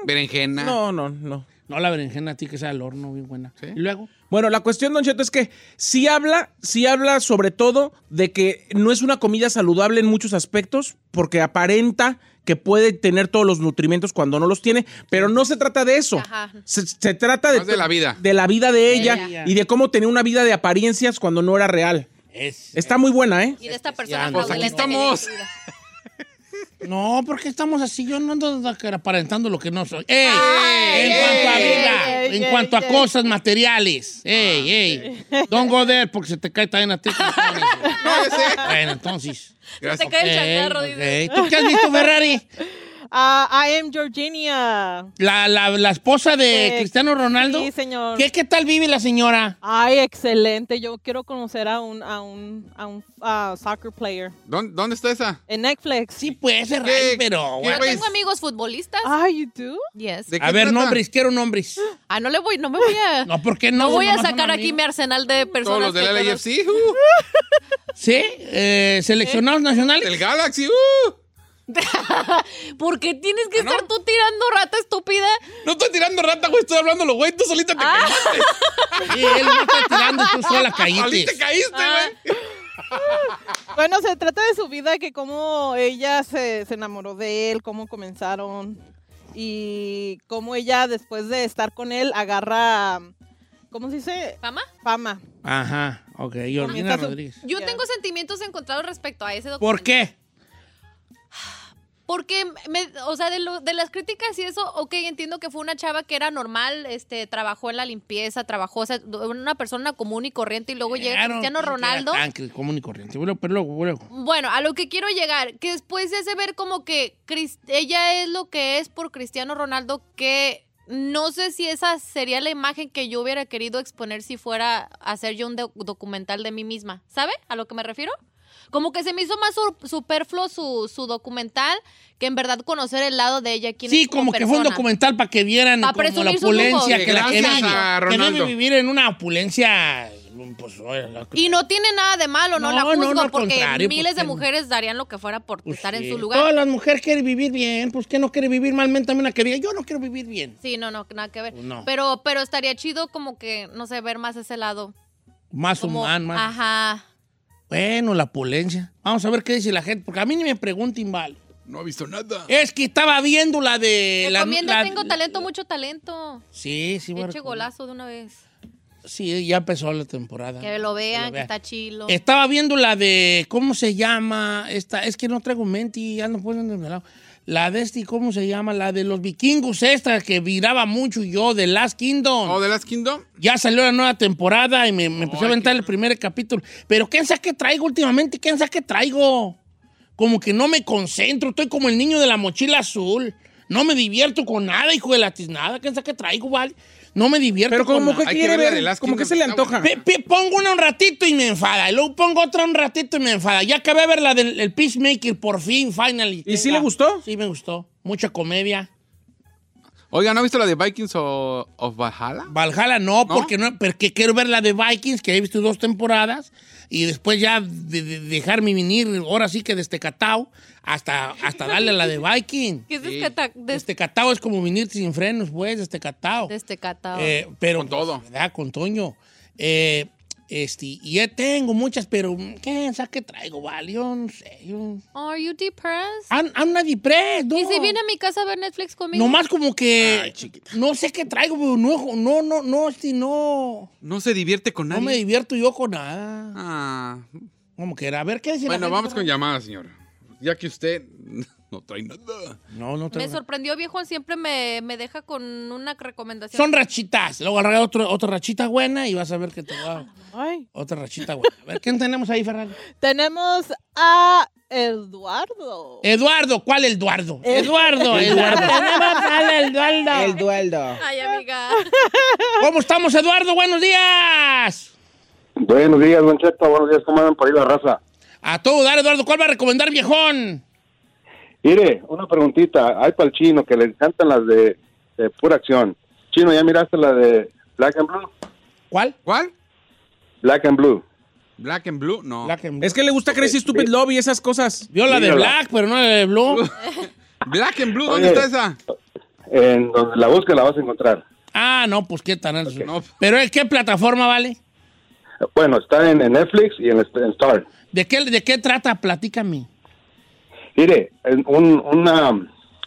C: Berenjena.
D: No, no, no.
A: No, la berenjena a ti que sea al horno, bien buena.
C: Sí.
A: Y luego,
D: Bueno, la cuestión, Don Cheto, es que sí habla, sí habla sobre todo de que no es una comida saludable en muchos aspectos, porque aparenta que puede tener todos los nutrimentos cuando no los tiene, pero no se trata de eso.
B: Ajá.
D: Se, se trata de,
C: Más de la vida.
D: De la vida de ella
A: ella.
D: y de cómo tenía una vida de apariencias cuando no era real.
A: es.
D: Está muy buena, ¿eh?
B: Y de esta persona
A: Pues
C: aquí
B: fraudulenta que
C: estamos.
B: vive su vida.
A: No, porque estamos así. Yo no ando aparentando lo que no soy. ¡Ey! en
C: ey,
A: cuanto a
C: ey,
A: vida,
F: ey,
A: en
F: ey,
A: cuanto a
F: ey.
A: cosas materiales. ¡Ey, ey! Don't go there porque se te cae también a ti.
C: No, ya sé.
A: bueno, entonces. Eh,
B: Se
C: Gracias.
B: cae el chacarro,
A: Ok,
B: dice.
A: ok. ¿Tú qué has visto, Ferrari?
F: Ah, I am Georgina.
A: La, la, la esposa de
F: Eh,
A: Cristiano Ronaldo.
F: sí, señor.
A: ¿Qué, ¿Qué tal vive la señora?
F: Ay, excelente. Yo quiero conocer a un, a un, a un ah, soccer player.
C: ¿Dónde, dónde está esa?
F: En Netflix.
A: Sí, pues, Ferrari,
C: ¿Qué-
A: pero.
C: qué-
A: bueno.
B: Yo "Ah, tengo amigos futbolistas.
F: Ah, you do?
B: Yes.
C: ¿De qué
A: A ver,
C: trata?
A: nombres, quiero nombres.
B: Ah, no le voy, no me voy a...
A: No, ¿por qué no?
B: No voy a
A: Nomás son
B: sacar aquí
A: amigos.
B: mi arsenal de
C: Todos
B: personas.
C: los del
B: que conozco.
C: LAFC. uh,
A: Sí, eh, seleccionados nacionales.
C: del Galaxy. uh.
B: ¿Por qué tienes que estar tú tirando rata estúpida?
C: No estoy tirando rata, güey. Estoy hablando los güey. Tú solita te caíste.
A: Sí, él no está tirando, tú sola
C: Solita
A: caíste.
C: caíste, güey.
F: Bueno, se trata de su vida, que cómo ella se, se enamoró de él, cómo comenzaron y cómo ella después de estar con él agarra, ¿cómo se dice?
B: ¿Fama?
F: Fama.
A: Ajá, ok, Georgina
F: Comienza su-
A: Rodríguez.
B: Yo
F: Ya.
B: tengo sentimientos encontrados respecto a ese documental.
A: ¿Por qué?
B: Porque, me- o sea, de, lo- de las críticas y eso, ok, entiendo que fue una chava que era normal, este, trabajó en la limpieza, trabajó, o sea, una persona común y corriente y luego llega
A: Claro,
B: Cristiano
A: ah, que era
B: Ronaldo.
A: Tan cri- común y corriente. Bueno, pero luego, luego.
B: Bueno, a lo que quiero llegar, que después se hace ver como que Cris- ella es lo que es por Cristiano Ronaldo, que no sé si esa sería la imagen que yo hubiera querido exponer si fuera a hacer yo un doc- documental de mí misma. ¿Sabe a lo que me refiero? Como que se me hizo más sur- superfluo su, su documental que en verdad conocer el lado de ella. quién es
A: Sí, como, que fue un
B: persona.
A: documental para que vieran
B: Pa'
A: como la
B: presumir sus lujos.
A: opulencia que la que
C: Gracias
A: vive.
C: a
A: Que debe
C: Ronaldo.
A: vivir en una opulencia Pues, oiga,
B: Y no tiene nada de malo, no,
A: No,
B: la
A: no, no,
B: juzgo,
A: al
B: porque
A: contrario,
B: miles de
A: porque-
B: mujeres darían lo que fuera por
A: pues,
B: estar
A: sí.
B: en su lugar.
A: Todas las mujeres quieren vivir bien, pues que no quiere vivir malmente también la que diga, yo no quiero vivir bien.
B: Sí, no, no, nada que ver.
A: Pues no.
B: Pero, pero estaría chido como que, no sé, ver más ese lado.
A: Más
B: Como, ah.
A: humano, más.
B: Ajá.
A: Bueno, la polencia. Vamos a ver qué dice la gente, porque a mí ni me pregunten, vale.
C: No ha visto nada.
A: Es que estaba viendo la de... Eh, la-
B: Recomienda,
A: la-
B: tengo talento, mucho talento.
A: Sí, sí, me
B: Eche
A: recuerdo.
B: golazo de una vez.
A: Sí, ya empezó la temporada.
B: Que lo vean, que
A: vean.
B: está chilo.
A: Estaba viendo la de. ¿Cómo se llama? Esta, es que no traigo menti, ya no puedo andar pues de lado. La de este, ¿cómo se llama? La de los vikingos, esta que viraba mucho yo, de Last Kingdom.
D: Oh,
C: ¿O Oh, de Last Kingdom?
A: Ya salió la nueva temporada y me, me empecé a aventar el primer capítulo. Pero ¿quién sabe qué traigo últimamente? ¿Quién sabe qué traigo? Como que no me concentro, estoy como el niño de la mochila azul. No me divierto con nada, hijo de la tiznada. ¿Quién sabe qué traigo, vale? No me divierto
D: Pero
A: con
D: como que
A: nada.
C: Hay que
D: quiere
C: ver la de
D: ver,
C: Last
D: como que
C: Kingdom,
D: se le
C: está
D: antoja.
A: Pe- pe- pongo una un ratito y me enfada. Y luego pongo otra un ratito y me enfada. Ya acabé de ver la del el Peacemaker, por fin, finally.
D: ¿Y sí
A: Tenga.
D: le gustó?
A: Sí, me gustó. Mucha comedia.
C: Oiga, ¿no ha visto la de Vikings o of Valhalla?
A: Valhalla no,
C: ¿No?
A: porque no, porque quiero ver la de Vikings, que he visto dos temporadas, y después ya de- de- dejarme venir, ahora sí que desde Catao, hasta, hasta darle a la de Viking.
B: ¿Qué es
C: Sí.
B: descata- des-
A: Desde Catao es como venir sin frenos, pues, desde Catao.
B: destecatado?
A: Eh, pero,
C: Con todo.
A: pues, ¿verdad? Con Toño. Eh, este, y ya tengo muchas, pero ¿qué ¿Sabes qué traigo, vale? Yo no sé. Yo...
B: ¿Are you depressed?
A: I'm, I'm not depressed, no.
B: ¿Y si viene a mi casa a ver Netflix conmigo?
A: Nomás como que
C: Ay, chiquita.
A: no sé qué traigo, pero no, no, no, no, si no,
C: No se divierte con
A: no
C: nadie.
A: me divierto yo con nada.
C: Ah.
A: Como que era, a ver qué dice la
C: Bueno,
A: gente,
C: vamos con
A: ¿verdad?
C: llamadas, señora. Ya que usted no trae nada.
A: No, no
B: Me
A: traigo nada.
B: sorprendió, viejo, siempre me, me deja con una recomendación.
A: Son rachitas. Luego agarré otro, otra rachita buena y vas a ver que te va
F: Ay.
A: otra rachita buena. A ver, ¿quién tenemos ahí, Ferran?
F: Tenemos a Eduardo.
A: Eh. Eduardo, ¿cuál Eduardo? Eduardo, Eduardo. Tenemos al Eduardo.
D: dueldo.
B: Ay, amiga.
A: ¿Cómo estamos, Eduardo? Buenos días.
E: Buenos días, Don Cheto. Buenos días, ¿cómo andan por ahí la raza?
A: A todo dar, Eduardo. ¿Cuál va a recomendar, viejón?
E: Mire, una preguntita. Hay para el chino que le encantan las de, de pura acción. Chino, ¿ya miraste la de Black and Blue?
A: ¿Cuál?
C: ¿Cuál?
E: Black and Blue.
C: ¿Black and Blue? No.
A: Black and Blue.
D: Es que le gusta Crazy Stupid Love y esas cosas.
A: Vio la de
E: Mírala.
A: Black, pero no la de Blue.
C: Black and Blue, ¿dónde
E: Oye.
C: está esa?
E: En donde la busques la vas a encontrar.
A: Ah, no, pues qué tan.
C: No.
A: Pero ¿en qué plataforma vale?
E: Bueno, está en, en Netflix y en, en Star.
A: ¿De qué, ¿De qué trata? Platícame.
E: Mire, en un- una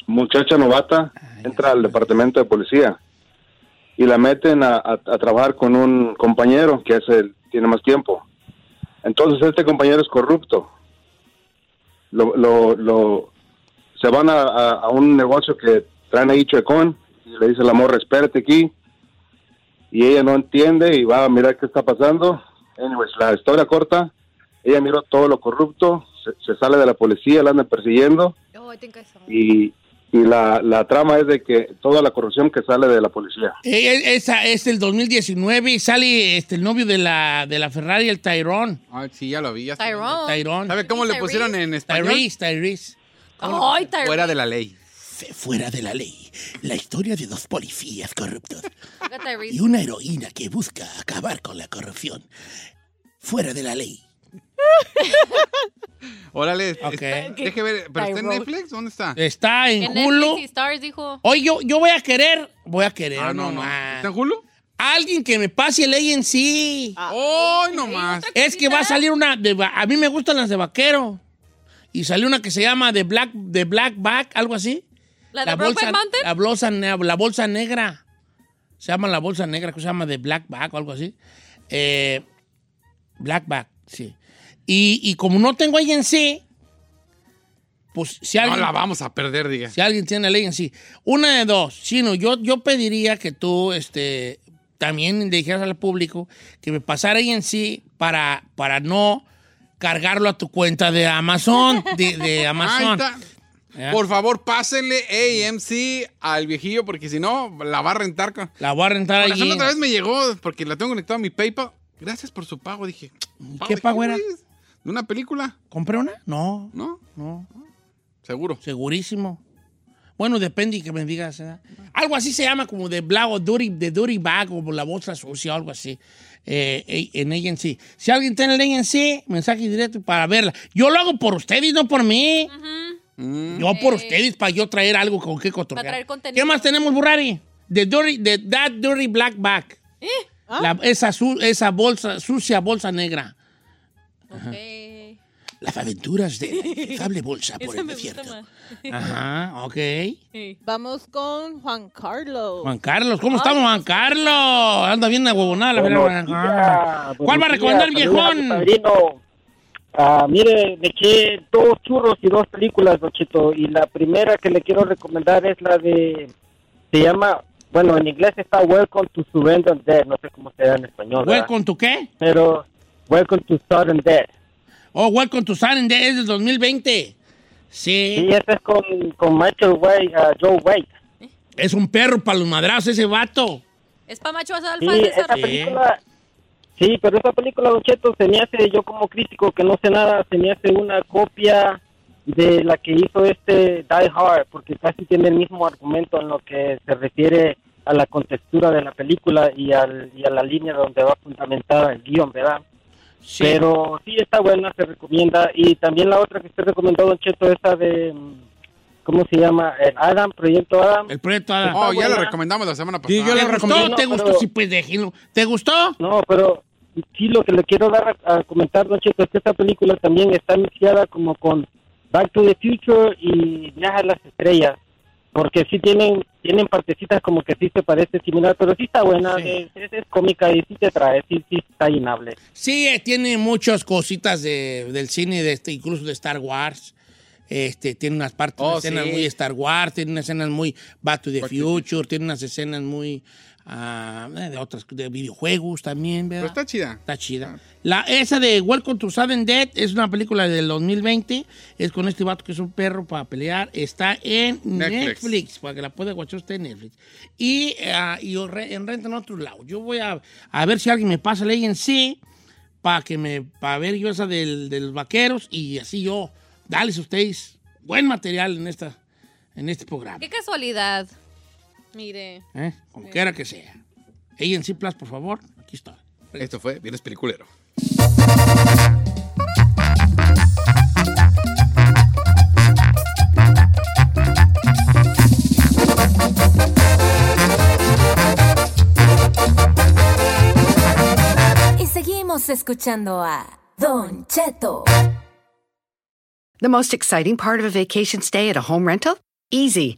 E: muchacha novata entra al departamento de policía y la meten a, a- a trabajar con un compañero que es el tiene más tiempo. Entonces este compañero es corrupto. Lo, lo- lo- se van a, a- a un negocio que traen ahí chuecón y le dice la morra, espérate aquí. Y ella no entiende y va a mirar qué está pasando. Anyways, la historia corta, ella miró todo lo corrupto, se, se sale de la policía, la andan persiguiendo
B: Oh, I think I saw.
E: y, y la, la trama es de que toda la corrupción que sale de la policía.
A: Eh, eh, Esa es el 2019 y sale este, el novio de la, de la Ferrari, el Tyrone.
C: Ah, sí, ya lo vi. ya está viendo.
B: Tyrone.
A: Tyrone.
C: ¿Sabe cómo le pusieron en español?
A: Tyrese, Tyrese.
B: Ay, Tyrone.
C: Fuera de la ley.
A: Fe- Fuera de la ley, la historia de dos policías corruptos
B: Look at Tyrese.
A: y una heroína que busca acabar con la corrupción. Fuera de la ley.
C: Órale.
A: Ok.
C: Deje ver. ¿Pero está en
B: Tyrone.
C: Netflix? ¿Dónde está?
A: Está
B: En
A: en Hulu.
B: Netflix y Stars dijo.
A: Hoy yo, yo voy a querer, voy a querer
C: Ah, no, no.
A: nomás.
C: ¿Está en Hulu?
A: Alguien que me pase el ANC.
B: Ah,
C: ¡Ay, no más!
A: Es que va a salir una. de va- a mí me gustan las de vaquero. Y salió una que se llama The Black, The Black Back, algo así.
B: ¿La de Brokeback Mountain?
A: La bolsa, ne- la bolsa negra. Se llama la bolsa negra, que se llama The Black Back o algo así. Eh, Black Back, sí. Y, y como no tengo ANC, pues si
C: No
A: alguien.
C: la vamos a perder, diga.
A: Si alguien tiene ley en sí. Una de dos. Sino, yo, yo pediría que tú este, también le dijeras al público que me pasara ahí en sí para, para no cargarlo a tu cuenta de Amazon. De, de
C: Ahí
A: Amazon.
C: está.
A: Ya.
C: Por favor, pásenle AMC al viejillo, porque si no, la va a rentar. Con...
A: La voy a rentar
C: Por razón,
A: allí.
C: otra vez me llegó, porque la tengo conectada a mi PayPal. Gracias por su pago, dije.
A: qué
C: de
A: pago era?
C: güey? ¿De una película?
A: ¿Compré una? No,
C: ¿No?
A: no.
C: Seguro.
A: Segurísimo. Bueno, depende y que me digas. ¿eh? Algo así se llama como de blago, duty, de duty bag o la bolsa sucia o algo así. eh, eh, en agency. Si alguien tiene el agency, mensaje directo para verla. Yo lo hago por ustedes, no por mí. Yo por ustedes, para yo traer algo con qué cotorrear.
B: Para traer contenido.
A: ¿Qué más tenemos, Burrari? De Dirty, de That Dirty Black Bag.
B: ¿Eh? ¿Ah?
A: La- esa, su- esa bolsa, sucia bolsa negra.
B: Ok.
A: Las aventuras de la inefable bolsa por
B: Esa
A: el
B: me gusta
A: desierto.
B: más.
A: Ajá, ok.
B: Sí.
F: Vamos con Juan Carlos.
A: Juan Carlos, ¿cómo estamos, Juan Carlos? Anda bien huevonada la verdad. Juan Carlos. ¿Cuál va a recomendar el viejón?
I: Padrino. Ah, mire, me eché dos churros y dos películas, Dochito. Y la primera que le quiero recomendar es la de. Se llama. Bueno, en inglés está Welcome to Surrender Dead. No sé cómo será en español. ¿verdad?
A: ¿Welcome to qué?
I: Pero. Welcome to Sudden Death.
A: Oh, Welcome to Sun Day es del 2020. Sí,
I: Y esa es con, con Michael Way, ah, Joe Way.
A: es un perro para los madrazos ese vato.
B: Es para machos
I: Sí,
B: alfa.
I: esa película. Sí, pero esa película, Don Cheto, se me hace, yo como crítico que no sé nada, se me hace una copia de la que hizo este Die Hard, porque casi tiene el mismo argumento en lo que se refiere a la contextura de la película y, al, y a la línea donde va fundamentada el guión, ¿verdad?
A: Sí.
I: Pero sí está buena, se recomienda. Y también la otra que usted recomendó, Don Cheto, esa de, mm, ¿cómo se llama? El Adam, Proyecto Adam.
A: El proyecto Adam.
C: Oh, ya
I: buena.
C: lo recomendamos la semana pasada.
D: Sí, yo la
A: ¿Te
D: recomiendo.
A: gustó? ¿Te
I: no,
A: gustó?
I: pero-
A: Sí, pues déjelo. ¿Te gustó?
I: No, pero sí lo que le quiero dar a, a comentar, Don Cheto, es que esta película también está mezclada como con Back to the Future y Viaja a las Estrellas, porque sí tienen tienen partecitas como que sí se parece similar, pero sí está buena,
A: Sí.
I: es, es cómica y sí te trae, sí, sí está llenable.
A: Sí, eh, tiene muchas cositas de- del cine, de este, incluso de Star Wars. Este, tiene unas partes,
C: Oh,
A: escenas
C: sí.
A: muy Star Wars, tiene unas escenas muy Back to the
C: Back to the
A: Future, tiene unas escenas muy ah, eh, de otras de videojuegos también,
C: Pero
A: ¿verdad?
C: está chida.
A: Está chida. La, esa de Welcome to Sudden Death es una película del 2020. Es con este vato que es un perro para pelear. Está en Netflix,
C: Netflix.
A: para que la pueda guachar usted en Netflix. Y, eh, y o re- en renta en otro lado. Yo voy a, a ver si alguien me pasa el sí para que me para ver yo esa del, de los vaqueros y así yo darles a ustedes buen material en esta en este programa.
B: Qué casualidad. Mire.
A: ¿eh? Como quiera que sea. sí Plus, por favor. Aquí está.
C: Esto fue Viernes Peliculero.
G: Y seguimos escuchando a Don Cheto.
J: The most exciting part of a vacation stay at a home rental? Easy.